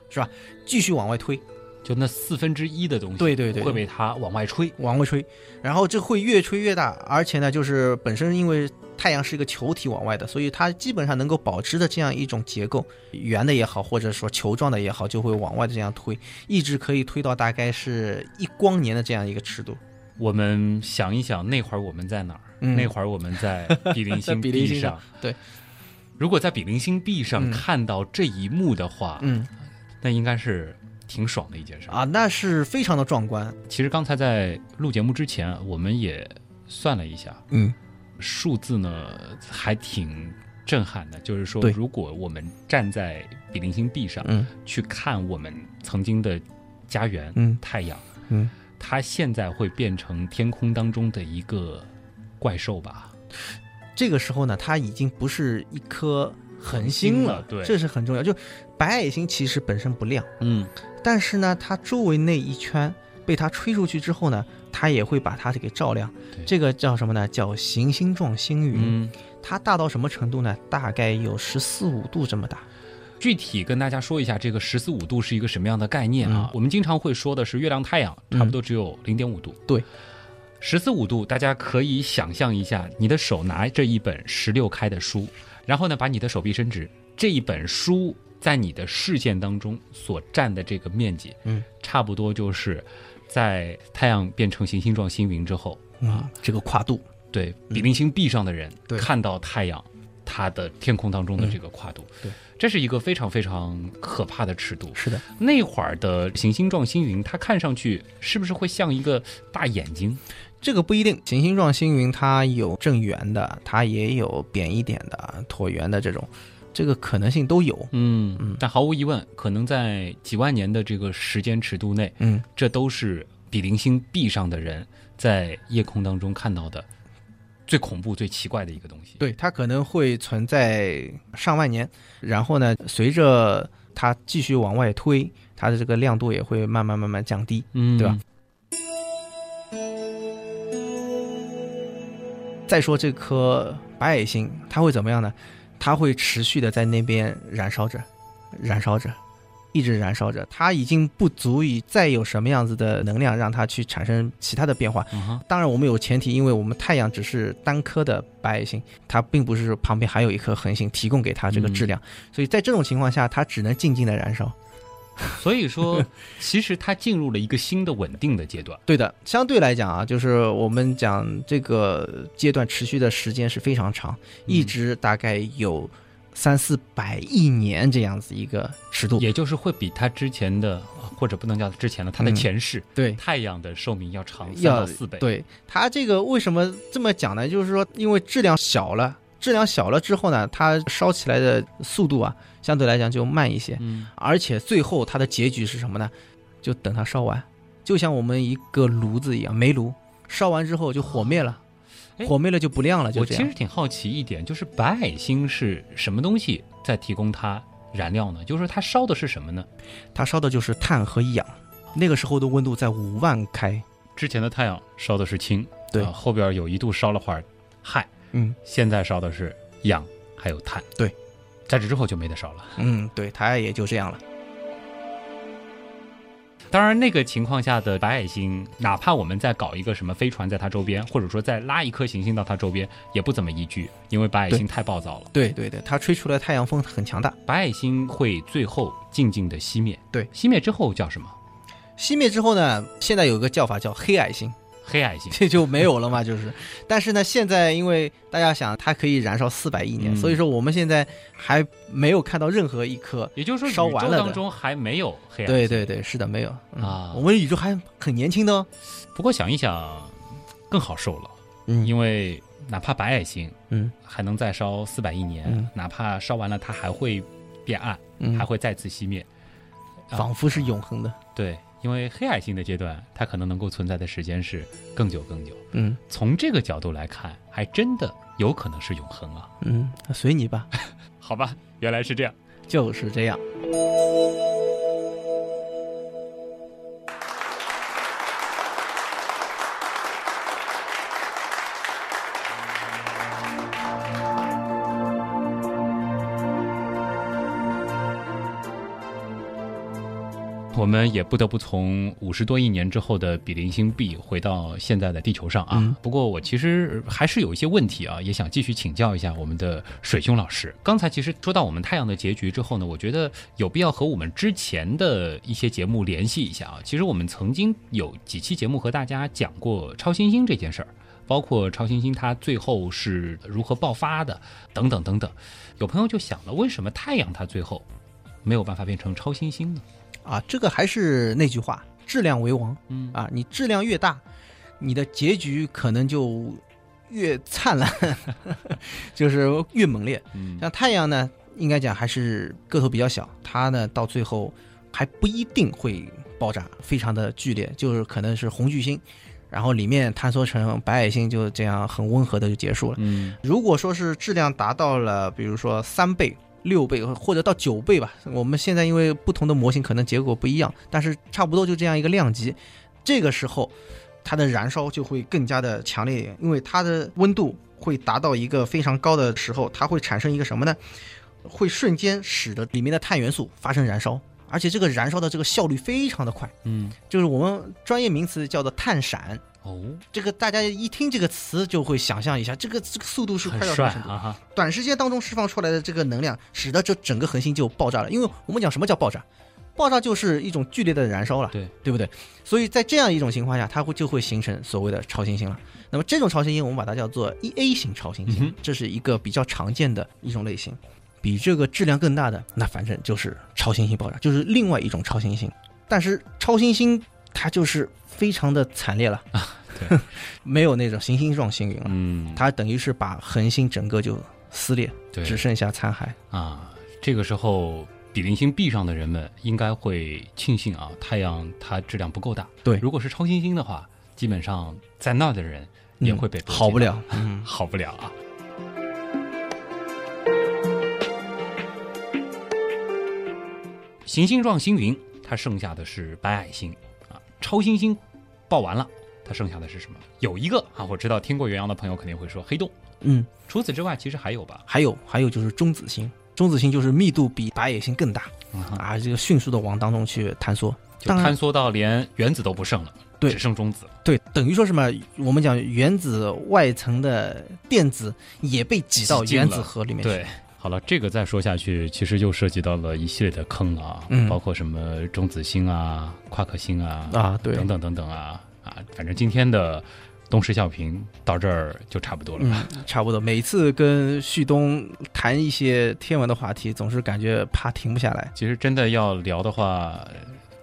继续往外推，就那四分之一的东西，对对对会被它往外吹。往外吹，然后这会越吹越大，而且呢，就是本身因为太阳是一个球体往外的，所以它基本上能够保持的这样一种结构，圆的也好，或者说球状的也好，就会往外的这样推，一直可以推到大概是一光年的这样一个尺度。我们想一想，那会儿我们在哪儿？嗯那会儿我们在比邻在 [LAUGHS] 星比邻星上上。对，如果在比邻星壁上嗯看到这一幕的话，嗯那应该是挺爽的一件事儿。啊，那是非常的壮观。其实刚才在录节目之前，我们也算了一下，嗯数字呢还挺震撼的。就是说，对如果我们站在比邻星壁上嗯去看我们曾经的家园、嗯太阳，嗯，它现在会变成天空当中的一个怪兽吧？这个时候呢，它已经不是一颗恒星了，对这是很重要。就白矮星其实本身不亮。嗯，但是呢，它周围那一圈被它吹出去之后呢，它也会把它给照亮对。这个叫什么呢？叫行星状星云。嗯，它大到什么程度呢？大概有十四五度这么大。具体跟大家说一下，这个十四五度是一个什么样的概念啊？嗯我们经常会说的是月亮、太阳嗯差不多只有零点五度。对，十四五度，大家可以想象一下，你的手拿着一本十六开的书，然后呢，把你的手臂伸直，这一本书在你的视线当中所占的这个面积，嗯，差不多就是在太阳变成行星状星云之后，啊，这个跨度，对比邻星 B 上的人嗯对嗯看到太阳，它的天空当中的这个跨度，对，这是一个非常非常可怕的尺度。是的，那会儿的行星状星云，它看上去是不是会像一个大眼睛？这个不一定。行星状星云它有正圆的，它也有扁一点的、椭圆的这种，这个可能性都有。嗯，但毫无疑问，可能在几万年的这个时间尺度内，嗯，这都是比邻星 B 上的人在夜空当中看到的最恐怖、最奇怪的一个东西。对，它可能会存在上万年，然后呢，随着它继续往外推，它的这个亮度也会慢慢慢慢降低。嗯对吧？再说这颗白矮星，它会怎么样呢？它会持续的在那边燃烧着，燃烧着，一直燃烧着。它已经不足以再有什么样子的能量让它去产生其他的变化。嗯哼，当然，我们有前提，因为我们太阳只是单颗的白矮星，它并不是旁边还有一颗恒星提供给它这个质量，所以在这种情况下，它只能静静的燃烧。所以说，其实它进入了一个新的稳定的阶段。对的，相对来讲啊，就是我们讲这个阶段持续的时间是非常长，嗯一直大概有三四百亿年这样子一个尺度。也就是会比它之前的，呃或者不能叫之前了，它的嗯前世、对，太阳的寿命要长三要到四倍。，对它这个为什么这么讲呢？就是说，因为质量小了，质量小了之后呢，它烧起来的速度啊，相对来讲就慢一些，嗯而且最后它的结局是什么呢？就等它烧完，就像我们一个炉子一样，煤炉烧完之后就火灭了，哎火灭了就不亮了，就我这其样实。挺好奇一点，就是白矮星是什么东西在提供它燃料呢？就是说它烧的是什么呢？它烧的就是碳和氧。那个时候的温度在五万开，之前的太阳烧的是氢，对啊后边有一度烧了会儿氦，嗯现在烧的是氧还有碳。对，在这之后就没得烧了。嗯，对，它也就这样了。当然，那个情况下的白矮星，哪怕我们再搞一个什么飞船在它周边，或者说再拉一颗行星到它周边，也不怎么宜居，因为白矮星太暴躁了。对对对，它吹出来的太阳风很强大，白矮星会最后静静的熄灭。对熄灭之后叫什么？熄灭之后呢，现在有个叫法叫黑矮星， [LAUGHS] 黑矮星。这就没有了嘛，就是。但是呢，现在因为大家想它可以燃烧四百亿年，嗯所以说我们现在还没有看到任何一颗。也就是说，烧宇完宙了的当中还没有黑矮星。对对对，是的，没有、嗯啊我们宇宙还很年轻的哦。不过想一想，更好受了，嗯因为哪怕白矮星，嗯，还能再烧四百亿年，嗯哪怕烧完了它还会变暗，嗯还，会再次熄灭。啊仿佛是永恒的。对，因为黑矮星的阶段，它可能能够存在的时间是更久更久。嗯从这个角度来看，还真的有可能是永恒啊。嗯，随你吧， [LAUGHS] 好吧，原来是这样。就是这样。我们也不得不从五十多亿年之后的比邻星 B 回到现在的地球上啊。嗯不过我其实还是有一些问题啊，也想继续请教一下我们的水兄老师。刚才其实说到我们太阳的结局之后呢，我觉得有必要和我们之前的一些节目联系一下啊。其实我们曾经有几期节目和大家讲过超新星这件事儿。包括超新星它最后是如何爆发的，等等等等。有朋友就想了，为什么太阳它最后没有办法变成超新星呢？啊，这个还是那句话，质量为王嗯啊！你质量越大，你的结局可能就越灿烂， [LAUGHS] 就是越猛烈。嗯像太阳呢，应该讲还是个头比较小，它呢到最后还不一定会爆炸，非常的剧烈，就是可能是红巨星，然后里面坍缩成白矮星，就这样很温和的就结束了。嗯，如果说是质量达到了，比如说三倍、六倍或者到九倍吧，我们现在因为不同的模型可能结果不一样，但是差不多就这样一个量级，这个时候它的燃烧就会更加的强烈，因为它的温度会达到一个非常高的时候，它会产生一个什么呢？会瞬间使得里面的碳元素发生燃烧，而且这个燃烧的这个效率非常的快，嗯，就是我们专业名词叫做碳闪，哦，这个大家一听这个词就会想象一下，这个这个速度是很快到什帅么程度？啊哈，短时间当中释放出来的这个能量，使得这整个恒星就爆炸了。因为我们讲什么叫爆炸？爆炸就是一种剧烈的燃烧了，对对不对？所以在这样一种情况下，它会就会形成所谓的超新星了。那么这种超新星，我们把它叫做 E A 型超新星，嗯哼这是一个比较常见的一种类型。比这个质量更大的，那反正就是超新星爆炸，就是另外一种超新星。但是超新星它就是非常的惨烈了，啊对 [LAUGHS] 没有那种行星状星云了。嗯，它等于是把恒星整个就撕裂，对只剩下残骸。啊，这个时候比邻星 B 上的人们应该会庆幸啊，太阳它质量不够大。对如果是超新星的话，基本上在那儿的人也会被波及到、嗯好不了。嗯，好不了啊。行星状星云，它剩下的是白矮星啊。超新星爆完了，它剩下的是什么？有一个啊，我知道听过元阳的朋友肯定会说黑洞。嗯，除此之外，其实还有吧。还有还有就是中子星，中子星就是密度比白矮星更大嗯哼啊，这个迅速的往当中去坍缩。就当然坍缩到连原子都不剩了，对只剩中子了。对，等于说什么？我们讲原子外层的电子也被挤到挤进原子了核里面去。对，好了，这个再说下去，其实又涉及到了一系列的坑了啊，嗯包括什么中子星啊、夸克星啊、啊，对，等等等等啊啊，反正今天的东施效颦到这儿就差不多了吧。嗯，差不多。每次跟旭东谈一些天文的话题，总是感觉怕停不下来。其实真的要聊的话。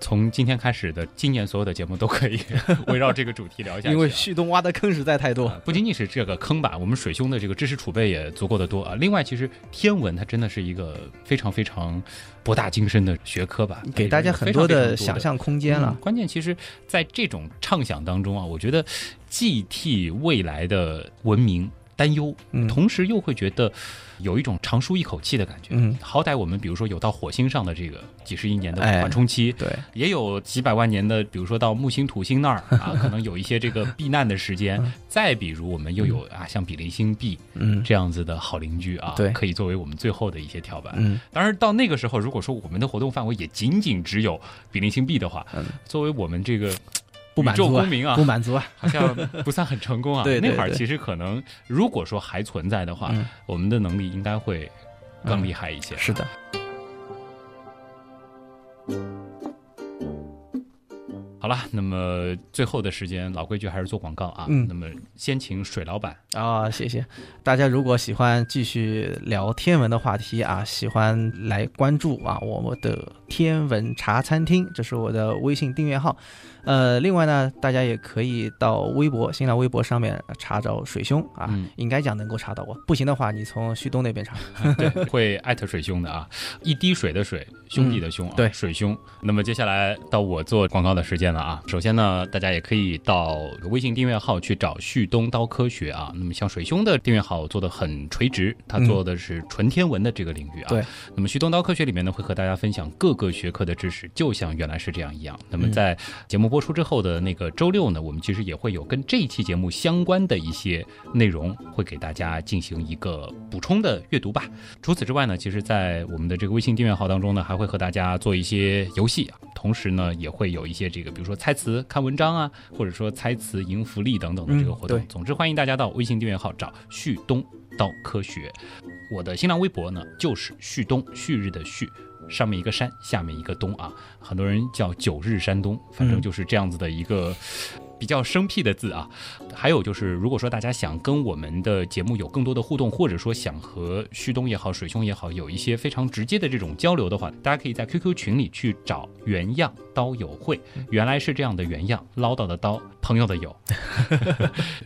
从今天开始的今年所有的节目都可以 [LAUGHS] 围绕这个主题聊下去啊、因为旭东挖的坑实在太多啊，不仅仅是这个坑吧，我们水兄的这个知识储备也足够的多啊。另外，其实天文它真的是一个非常非常博大精深的学科吧，给大家很多的的想象空间嗯了。关键其实，在这种畅想当中啊，我觉得既替未来的文明担忧，嗯，同时又会觉得有一种长舒一口气的感觉。嗯好歹我们比如说有到火星上的这个几十亿年的哎缓冲期，对，也有几百万年的，比如说到木星、土星 [LAUGHS] 那儿啊，可能有一些这个避难的时间。再比如，我们又有啊，像比邻星 B 嗯这样子的好邻居啊，对可以作为我们最后的一些跳板。嗯，当然，到那个时候，如果说我们的活动范围也仅仅只有比邻星 B 的话嗯，作为我们这个不宇满宙足公啊， [LAUGHS] 民啊不，满足啊，好像不算很成功啊。对对那会儿对其实可能，如果说还存在的话，嗯我们的能力应该会更厉害一些。是的，好了，那么最后的时间，老规矩还是做广告啊。嗯那么先请水老板。啊、谢谢大家。如果喜欢继续聊天文的话题啊，喜欢来关注啊我们的天文茶餐厅，这是我的微信订阅号。呃，另外呢，大家也可以到微博、新浪微博上面查找水兄啊，嗯应该讲能够查到我，不行的话你从旭东那边查。 [LAUGHS] 对，会艾特水兄的啊，一滴水的水，兄弟的兄啊，嗯对水兄。那么接下来到我做广告的时间了啊。首先呢，大家也可以到微信订阅号去找旭东刀科学啊。那么像水兄的订阅号啊做的很垂直，他嗯做的是纯天文的这个领域啊。对。那么旭东刀科学里面呢，会和大家分享各个学科的知识，就像原来是这样一样。那么嗯在节目播出之后的那个周六呢，我们其实也会有跟这一期节目相关的一些内容，会给大家进行一个补充的阅读吧。除此之外呢，其实，在我们的这个微信订阅号当中呢，还会和大家做一些游戏啊，同时呢，也会有一些这个，比如说猜词、看文章啊，或者说猜词赢福利等等的这个活动。嗯对总之，欢迎大家到微信订阅号找旭东刀科学。我的新浪微博呢，就是旭东，旭日的旭。上面一个山，下面一个东啊，很多人叫九日山东，反正嗯就是这样子的一个比较生僻的字啊。还有就是，如果说大家想跟我们的节目有更多的互动，或者说想和旭东也好、水兄也好有一些非常直接的这种交流的话，大家可以在 QQ 群里去找“原样刀友会”，原来是这样的原样，唠叨的叨，朋友的友， [LAUGHS]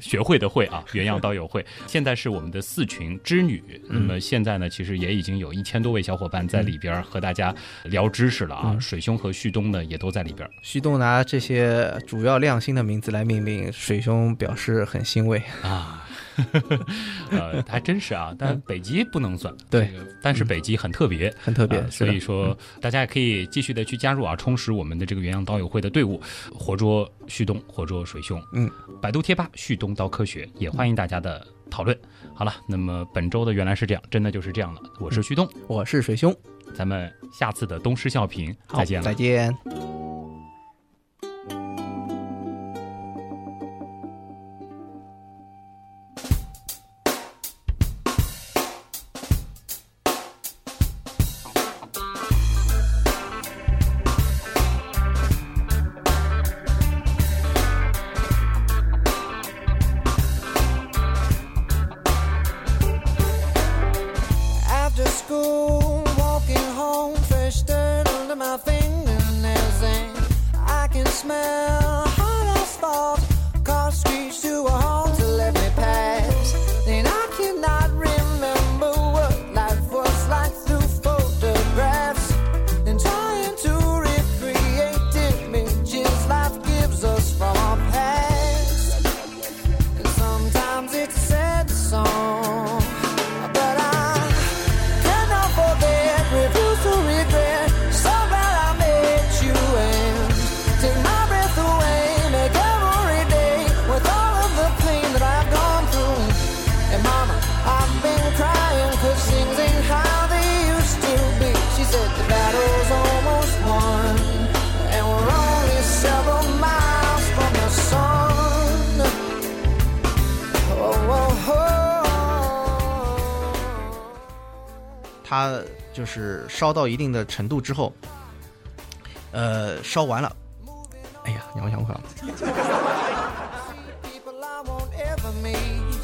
学会的会啊，原样刀友会。现在是我们的四群织女，那嗯么现在呢，其实也已经有一千多位小伙伴在里边儿和大家聊知识了啊。嗯水兄和旭东呢也都在里边儿。旭东拿这些主要亮星的名字来命名，水兄表示很欣慰。啊， [LAUGHS] 呃，还真是啊，但北极不能算，对嗯这个，但是北极很特别。很特别，啊是所的嗯以说大家也可以继续的去加入啊，充实我们的这个原样刀友会的队伍，活捉旭东，活捉水兄。嗯，百度贴吧旭东刀科学也欢迎大家的讨论。好了，那么本周的原来是这样，真的就是这样了。我嗯是旭东，我是水兄，咱们下次的东施效颦好再见了。再见。它就是烧到一定的程度之后，呃，烧完了，哎呀，让我想不了。 people I won't ever meet.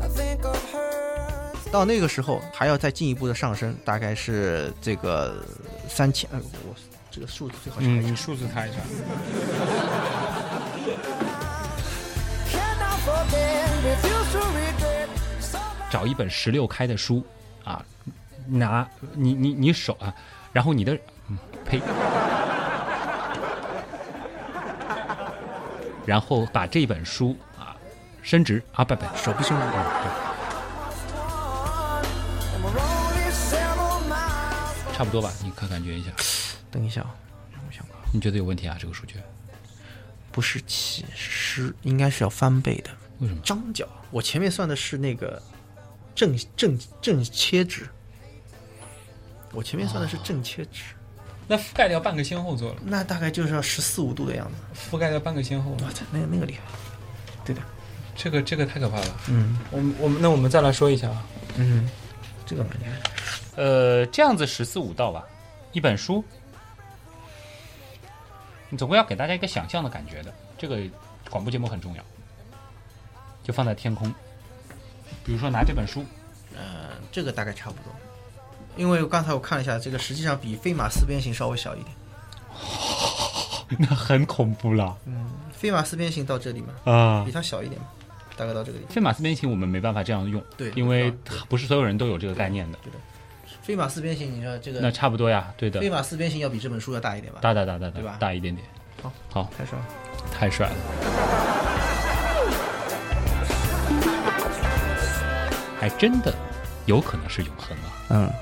I think of her. 到那个时候还要再进一步的上升，大概是这个三千，呃我这个数字最好查一嗯，下。你数字看一下， Can I forget? Refuse to regret. So bad. 找一本十六开的书啊，拿你你你手啊，然后你的，嗯呸，然后把这本书啊伸直啊，不不，手不伸直，哦嗯 One. And we're only several miles. 对，差不多吧，你看感觉一下，等一下啊，让我想想，你觉得有问题啊？这个数据不是七十，应该是要翻倍的。为什么？张角，我前面算的是那个正正正切值，我前面算的是正切值，啊那覆盖掉半个先后座了，那大概就是要十四五度的样子。覆盖掉半个先后我了，操，那个那个厉害，对的，这个这个太可怕了。嗯我们我们那我们再来说一下啊，嗯，这个蛮厉害的。呃，这样子十四五道吧，一本书，你总归要给大家一个想象的感觉的。这个广播节目很重要，就放在天空。比如说拿这本书，嗯，这个大概差不多。因为刚才我看了一下，这个实际上比飞马四边形稍微小一点。 [LAUGHS] 那很恐怖了飞马四边形到这里嘛，啊比！它小一点嘛，大概到这个地方。飞马四边形我们没办法这样用，对因为我知不是所有人都有这个概念的。飞马四边形，你说这那个差不多呀，对的飞，马四边形要比这本书要大一点吧？大大大大对大吧大一点点，好，好，太帅了。太帅了。还真的有可能是永恒啊！嗯，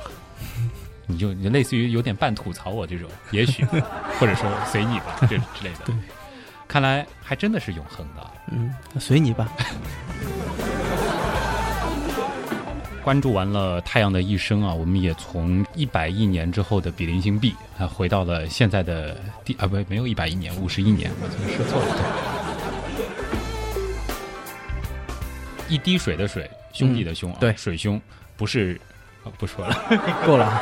你就你就类似于有点半吐槽我这种，也 [LAUGHS] 许或者说随你吧，这之类的。看来还真的是永恒的。啊嗯，随你吧。关注完了《太阳的一生》啊，我们也从一百亿年之后的比邻星 B 啊，回到了现在的第啊不没有一百亿年，五十亿年，我怎么说错了？对一滴水的水，兄弟的兄啊，哦对水兄不是、啊不说了。够了。